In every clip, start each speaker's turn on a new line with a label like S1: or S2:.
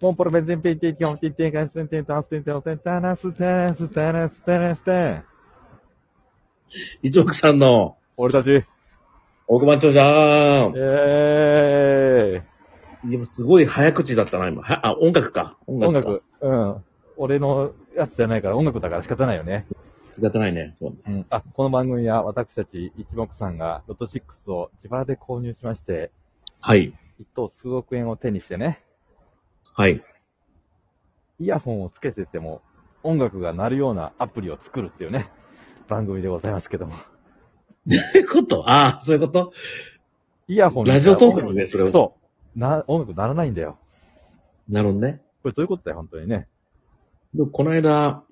S1: モンポロベンゼンペイティティオンティティガセンテントハステンテンテンタラステラステラステラステ
S2: 一億さんの
S1: 俺たち、イ
S2: 億万長者
S1: ェーイ
S2: でもすごい早口だったな、今。はあ、音楽か。音
S1: 音
S2: 楽か。
S1: 楽、うん。俺のやつじゃないから音楽だから仕方ないよね。
S2: 仕方ないね。そう
S1: うん。あ、この番組は私たち一目さんがロト6を自腹で購入しまして、
S2: はい。
S1: 一等数億円を手にしてね、
S2: はい。
S1: イヤホンをつけてても音楽が鳴るようなアプリを作るっていうね、番組でございますけども。
S2: ってことああ、そういうこと
S1: イヤホンに
S2: ラジオトークのね、それは。
S1: そう。な、音楽鳴らないんだよ。
S2: なるほどね。
S1: これどういうことだよ、本当にね。
S2: でもこの間、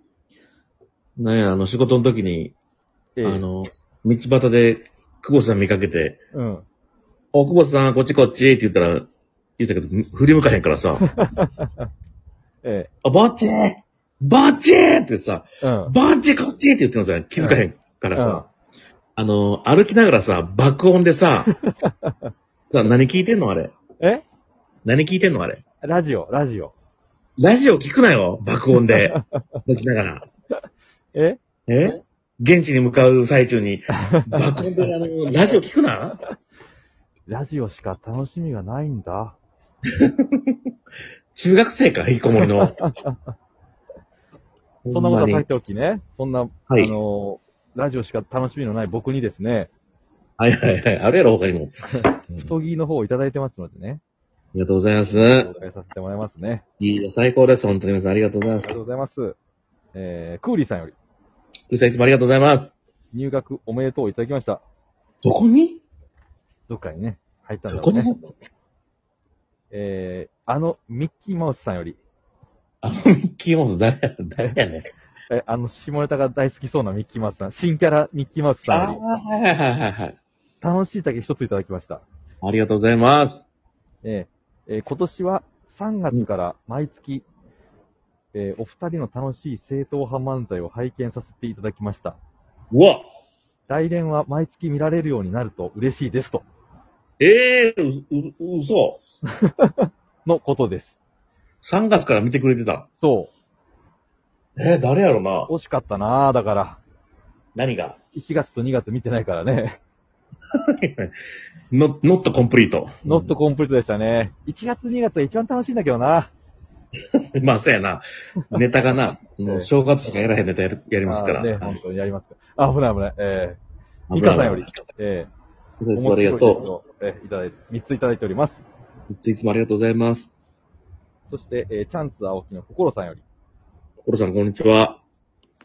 S2: ねあの、仕事の時に、
S1: ええ
S2: あ、の、道端で、久保さん見かけて、
S1: うん。
S2: お、久保さん、こっちこっちって言ったら、言ったけど、振り向かへんからさ、
S1: え
S2: あ、バッチーバッチーってさ、
S1: え、うん。
S2: バッチーこっちって言ってもさ、気づかへんから
S1: うん
S2: さ、あの、歩きながらさ、爆音で さ、さ、何聞いてんのあれ。
S1: え
S2: 何聞いてんのあれ。
S1: ラジオ、ラジオ。
S2: ラジオ聞くなよ爆 音で。歩きながら。
S1: え
S2: え現地に向かう最中に、爆音であ の、ラジオ聞くな
S1: ラジオしか楽しみがないんだ。
S2: 中学生か、引きこもりの。
S1: そんなことは
S2: ほ
S1: さ
S2: ま
S1: っ
S2: に
S1: ておきね、そんな、
S2: はい
S1: あの、ラジオしか楽しみのない僕にですね、
S2: はいはいはい。あるやろ、他にも。うん
S1: 太着の方をいただいてますのでね、
S2: ありがとうございます。
S1: 紹介させてもらいますね。
S2: いいよ、最高です。本当に皆さんありがとうござい
S1: あ
S2: ま
S1: りが
S2: す。
S1: とうございます。えー、クーリーさんより
S2: うさんいつもありがとうございます。
S1: 入学おめでとういただきました。
S2: どこに
S1: どっかにね、入ったんだろ
S2: どこ
S1: うね。
S2: に
S1: えー、あの、ミッキーマウスさんより、
S2: あのミッキーモース誰や、誰やね。
S1: え、あの、下ネタが大好きそうなミッキーマウスさん、新キャラミッキーマウスさ
S2: あ
S1: ん
S2: あ
S1: より、
S2: ー、はいはいはいはいはい。
S1: 楽しいだけ一ついただきました。
S2: ありがとうございます。
S1: えーえー今年は3月から毎月、えーお二人の楽しい正統派漫才を拝見させていただきました。
S2: うわ
S1: 来年は毎月見られるようになると嬉しいですと、
S2: ええー、う、う、う、そ
S1: のことです。
S2: 3月から見てくれてた。
S1: そ
S2: えー、誰やろな
S1: う。惜しかったなぁ。だから、
S2: 何 が
S1: 1月と2月見てないからね。
S2: ノノットコンプリート。
S1: ノットコンプリートでしたね。1月2月が一番楽しいんだけどな。
S2: まあ、そうやな。ネタがな、もう正月しかやらへんネタやるやりますか
S1: あ
S2: ら。
S1: ーね、本当にやりますから。あ、危ない危ない。え
S2: あ
S1: ー、イカさんより。、え
S2: うさ
S1: ー、
S2: んいつもありが
S1: 面白いです
S2: と
S1: よえー、いただいて、3ついただいております。
S2: う。いついつもありがとうございます。
S1: そして、えー、チャンス青木の心さんより、
S2: コロさん、こんにちは。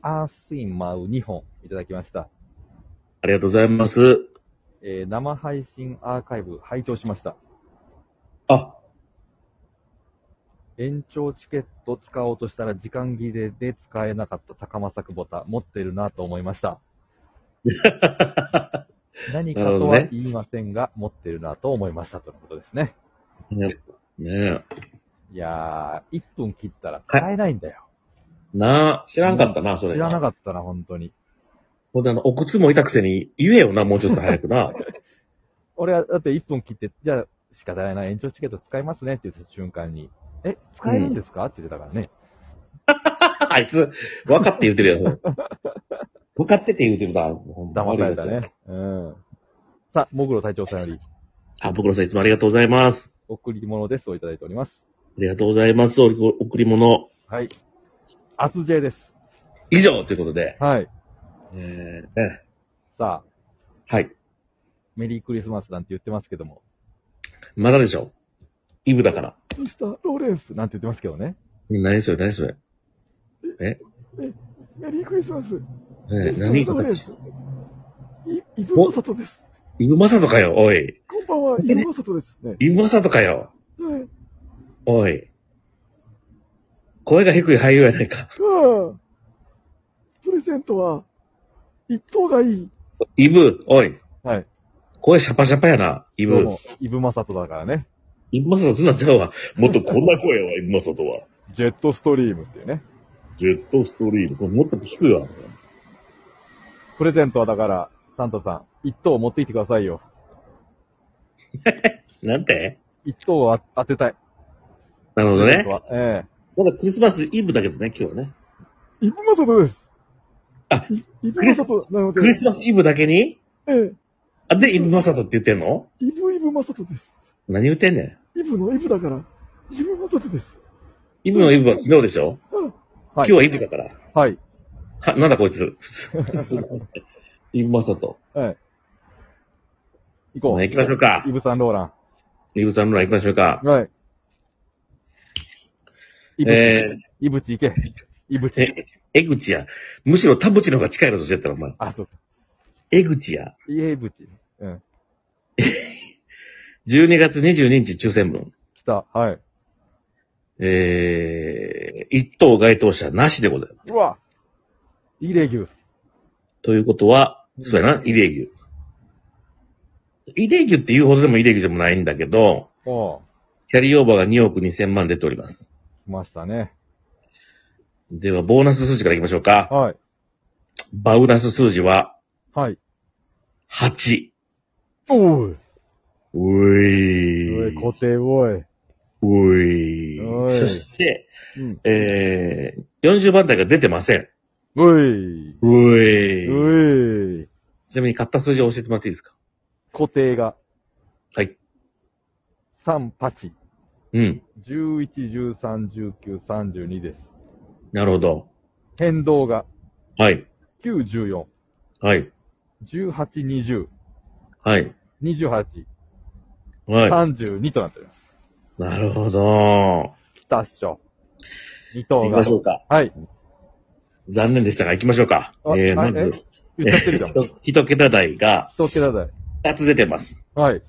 S1: アースインマウ2本いただきました。
S2: ありがとうございます。
S1: えー生配信アーカイブ拝聴しました。
S2: あ、
S1: 延長チケット使おうとしたら時間切れで使えなかった高間作ボタン持ってるなと思いま した。何か
S2: な
S1: と
S2: るほど
S1: は
S2: ね
S1: 言いませんが、持ってるなと思いましたとのことですね。
S2: ね ねえ。
S1: いやー、1分切ったら使えないんだよ。
S2: なあ、知らんかったな、それ。
S1: 知らな
S2: った。
S1: かったな、本当に。
S2: ほんで、あの、お靴もいたくせに言えよな、もうちょっと早くな。
S1: 俺は、だって1分切って、じゃあ仕方ないな、延長チケット使いますねって言った瞬間に、え、使えるんですか、って言ってたからね。
S2: あいつ、分かって言うてるやん。分かってて言うてるな。ほんま
S1: 騙された。ね。うん。さあ、もぐろ隊長さんより、
S2: あ、僕らさんいつもありがとうございます。
S1: 贈り物ですをいただいております。
S2: ありがとうございます。お贈り物。
S1: はい。厚 J です。
S2: 以上ということで。
S1: はい。
S2: えー、ね
S1: さあ、
S2: はい。
S1: メリークリスマスなんて言ってますけども。
S2: まだでしょ。イブだから。
S1: ミスター・ローレンスなんて言ってますけどね。
S2: 何それ何それ。
S1: メリークリスマス。
S2: ねえ、何
S1: ス。イブ
S2: の
S1: 里です。
S2: イブマサトかよ、おい。
S1: こんばんは、
S2: イブ
S1: の里です。ね。
S2: イブマサトかよ、おい。声が低い俳優やないか。
S1: プレゼントは、一等がいい。
S2: イブ、おい。
S1: はい。
S2: 声シャパシャパやな、イ
S1: どう
S2: ブ。
S1: も、イブマサトだからね。
S2: イブマサトとなっちゃうわ。もっとこんな声やわ、イブマサトは。
S1: ジェットストリームっていうね。
S2: ジェットストリーム。これもっと低いわ。
S1: プレゼントはだから、サンタさん、一等持ってきてくださいよ。
S2: なんて
S1: 一等を当てたい。
S2: なるほどね。
S1: はえ
S2: まだクリスマスイブだけどね、今日はね。
S1: えいつも外です。
S2: あ
S1: い、いつも外なので。
S2: クリスマスイブだけに
S1: ええ
S2: あ、で、イブマサトって言ってんの
S1: イブイブマサトです。
S2: 何言ってんねん。
S1: イブのイブだから、イブマサトです。
S2: イブのイブは昨日でしょ、
S1: うん
S2: 今
S1: はい
S2: 日はイブだから。
S1: はい。
S2: は、なんだこいつ。イブマサト。
S1: ええ行こう。
S2: 行きましょうか
S1: イ。ブサンローラ
S2: イブさんのライン行きましょうか
S1: ン。。はい。イブチ、
S2: え
S1: イブチ行け。イブ
S2: ー、
S1: チ。
S2: え、江口や。むしろ田淵の方が近いのとしてたら、お前。
S1: あ、そうか。
S2: 江口や。
S1: イエブチ。うん。
S2: 12月22日抽選分。
S1: 来た。はい。
S2: えー、一等該当者なしでございます。
S1: うわイレギュ。
S2: ということは、そうやな、イレギュ。イレギュって言うほどでもイレギュでもないんだけど、
S1: おう
S2: キャリーオーバーが2億2000万出ております。
S1: 来ましたね。
S2: では、ボーナス数字からいきましょうか。
S1: はい。
S2: バウナス数字は
S1: はい。
S2: 8。
S1: おい。
S2: う
S1: お
S2: い
S1: い、。固定、おい。
S2: うい
S1: お。い
S2: そして、
S1: うん。
S2: えー、40番台が出てません。
S1: おい。
S2: うい。
S1: おい。
S2: ちなみに買った数字を教えてもらっていいですか
S1: 固定が。
S2: はい。
S1: 3、8。
S2: うん。
S1: 11、13、19、32です。
S2: なるほど。
S1: 変動が。
S2: はい。
S1: 9、14。
S2: はい。
S1: 18、20。
S2: はい。
S1: 28、
S2: は
S1: 32となっております。
S2: い。なるほど。
S1: 来たっしょ。二
S2: 行
S1: 等
S2: き
S1: が
S2: まし。ょうか。
S1: はい。
S2: 残念でしたが、行きましょうか。
S1: あ
S2: えー、
S1: あ
S2: まず、
S1: 言っちゃってるじゃん。
S2: 一一桁台が
S1: 一桁台。
S2: 2つ出てます。
S1: はい。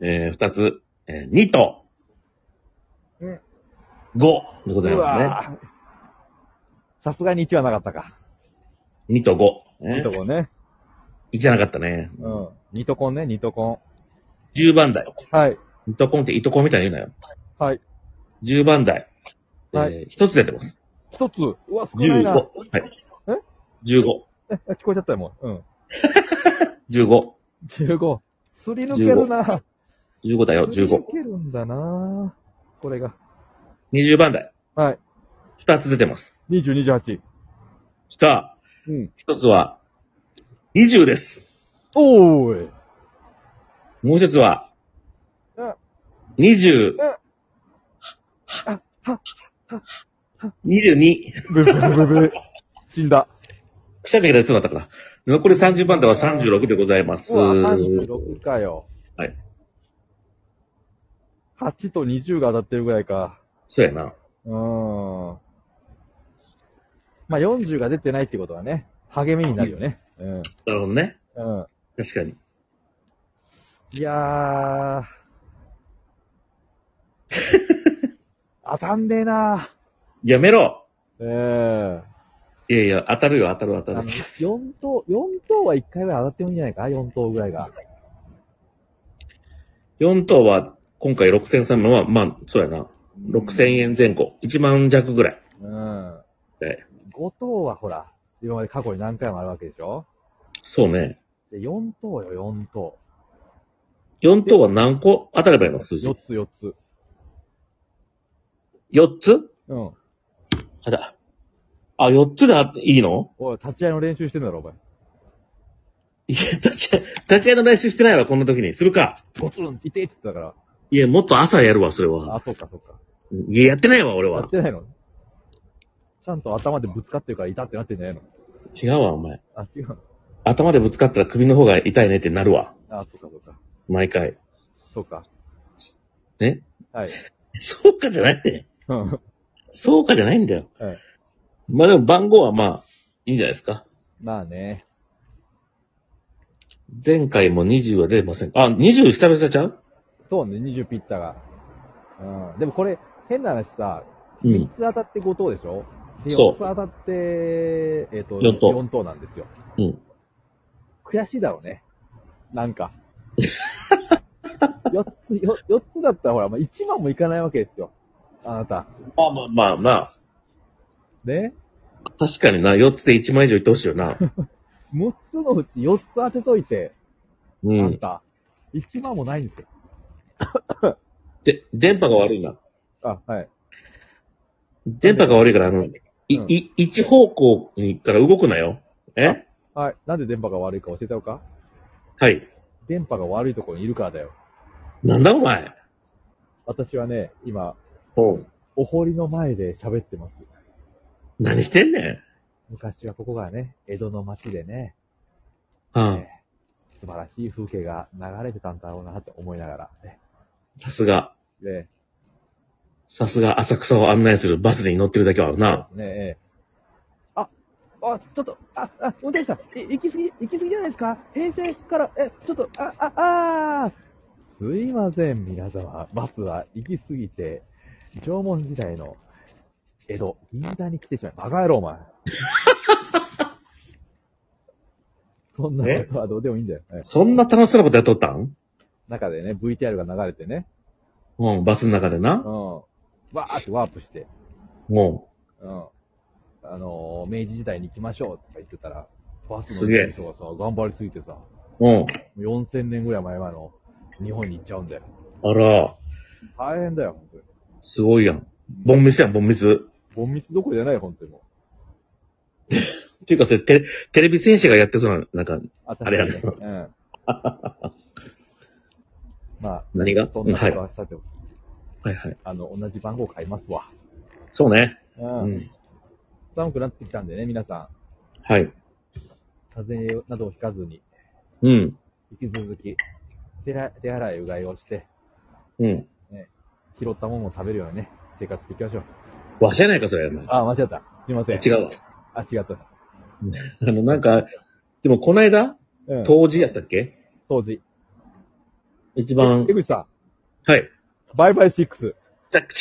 S2: えー、2つ、えー、2と、
S1: うん
S2: 5でございうま
S1: わぁさすがに1はなかったか。
S2: すね。2と5。
S1: いい
S2: ね
S1: と、こね。
S2: 1じゃなかったね。
S1: うん。ニトコンね、ニトコ
S2: 10番台。
S1: ン。はい。
S2: ニトコンってイトコンみたいに言うなよ。
S1: はい。
S2: 10番台。えー
S1: は
S2: 1つ出てます。
S1: 一つ。うわ、少ない
S2: 15。
S1: な。
S2: はい。15。
S1: あ聞こえちゃったよ、もう。うん。
S2: 15。
S1: 15。すり抜けるな。
S2: 15だよ、
S1: すり
S2: 15
S1: 抜。けるんだなこれが。
S2: 20番台。
S1: はい。
S2: 2つ出てます。
S1: 20、28。
S2: きた。
S1: うん。
S2: 1つは、20です。
S1: おーい。
S2: もう1つは
S1: うん、
S2: 20
S1: あ。
S2: 22。
S1: ブブブブ ブ。死んだ。
S2: くしゃみが出そうだったから。残り30番台は36でございます。
S1: うわ、
S2: は
S1: 36かよ。
S2: い。
S1: 8と20が当たってるぐらいか。
S2: そうやな。
S1: うーん。まあ、40が出てないってことはね、励みになるよね。うん。
S2: なるほどね。
S1: うん。
S2: 確かに。
S1: いやー。当たんねえな
S2: やめろ
S1: ええ
S2: いやいや、当たるよ、当たる当
S1: あ
S2: た
S1: の
S2: る。
S1: 4等、四等は1回ぐらい当たってもいいんじゃないか ?4 等ぐらいが。
S2: 4等は、今回6003のは、まあ、そうやな。6000円前後。1万弱ぐらい。
S1: うん。
S2: はい
S1: 5等はほら、今まで過去に何回もあるわけでしょ
S2: そうね。
S1: で、4等よ、4等。
S2: 4等は何個当たればいいの数字
S1: 4。つ、4つ。
S2: 4つ
S1: うん。
S2: あだ。あ、4つであいいの
S1: おい、立ち合いの練習してんだろ、お前。
S2: いや、立ち合い、立ち合いの練習してないわ、こんな時に。するか。
S1: ゴツン、痛いって言ってたか
S2: いや、もっと朝やるわ、それ
S1: ら。
S2: は。
S1: あ、そうか、そうか。
S2: いや、やってないわ、俺
S1: やっ
S2: は。
S1: てないのちゃんと頭でぶつかってるから痛ってなってんじゃないの
S2: 違うわ、お前。
S1: あ、違うの。
S2: 頭でぶつかったら首の方が痛いねってなるわ。
S1: あ、そうか、そうか。
S2: 毎回。
S1: そうか。
S2: ね
S1: はい。
S2: そうかじゃないね。
S1: うん。
S2: そうかじゃないんだよ。
S1: はい
S2: まあでも番号はまあ、いいんじゃないですか。
S1: まあね。
S2: 前回も20は出てません。あ、20久々ちゃう
S1: そうね、20ピッタが。うん。でもこれ、変な話さ、
S2: う
S1: 3
S2: ん。
S1: つ当たって5等でしょで、
S2: そう
S1: 4つ当たって、えっ、と、
S2: 四等
S1: 4等なんですよ。
S2: うん。
S1: 悔しいだろうね。なん か。4つ、よ四つだったらほら、まあ、1万もいかないわけですよ。あなた。
S2: まあまあまあま
S1: ね
S2: あ。確かにな、4つで1万以上いってほしいよ な。
S1: 6つのうち4つ当てといて、
S2: う
S1: あん
S2: ん。
S1: た、1万もないんですよ。
S2: で、電波が悪いな。
S1: あ、はい。
S2: 電波が悪いから、あの、い、
S1: うん
S2: い、一方向にから動くなよ。え
S1: はい。なんで電波が悪いか教えておか
S2: はい。
S1: 電波が悪いところにいるからだよ。
S2: なんだお前。
S1: 私はね、今、
S2: うん。
S1: お堀の前で喋ってます。
S2: 何してんねん。
S1: 昔はここがね、江戸の町でね、
S2: うん。
S1: 素晴らしい風景が流れてたんだろうなって思いながら、ね。
S2: さすが。
S1: で、
S2: さすが浅草を案内するバスに乗ってるだけはあるな。
S1: ねええ。あ、あ、ちょっと、あ、あ、運転手さん、い行き過ぎ、行き過ぎじゃないですか平成から、え、ちょっと、あ、あ、あーすいません、皆様。バスは行き過ぎて、縄文時代の江戸、銀座に来てしまい、バカ野郎、お前。 そんなことはどうでもいいんだよ。ええ
S2: そんな楽しそうなことやっとったん
S1: 中でね、VTR が流れてね、
S2: うん、バスの中で
S1: う
S2: な。
S1: ん。わーってワープして、
S2: も
S1: うん。あのー明治時代に行きましょうとか言ってたら、バスの
S2: すげえ
S1: 人がさ、頑張りすぎてさ、
S2: う。うん。
S1: 4000年ぐらい前々の日本に行っちゃうんだよ。
S2: あら、
S1: 大変だよ、本当に。
S2: すごいやん。ボンミスやん、ボンミス。っ
S1: ボンミスどころじゃないよ、本当にも
S2: ていうか、それテレテレビ戦士がやってそうな、なんか、
S1: う。あ、
S2: あれやね
S1: 確かにね うん。まあ、
S2: 何が
S1: そんなこ
S2: はい
S1: とはさておき、
S2: はいはい。
S1: あの、同じ番号買いますわ。
S2: そうね。
S1: う。
S2: うんん。
S1: 寒くなってきたんでね、皆さん、
S2: はい。
S1: 風邪などをひかずに、
S2: うん。
S1: 引き続き、手ら手洗い、うがいをして、
S2: うん。
S1: 拾ったものを食べるようにね、生活していきましょう。
S2: わしやないか、それやな。
S1: あ、間違った。すいません。
S2: 違うわ。
S1: あ、違った。
S2: あの、なんか、でも、この間、
S1: うん。
S2: 当時やったっけ
S1: 当時。
S2: 一番
S1: 江、口さ
S2: はい。
S1: ん、バイバイシックス。
S2: じゃ、チク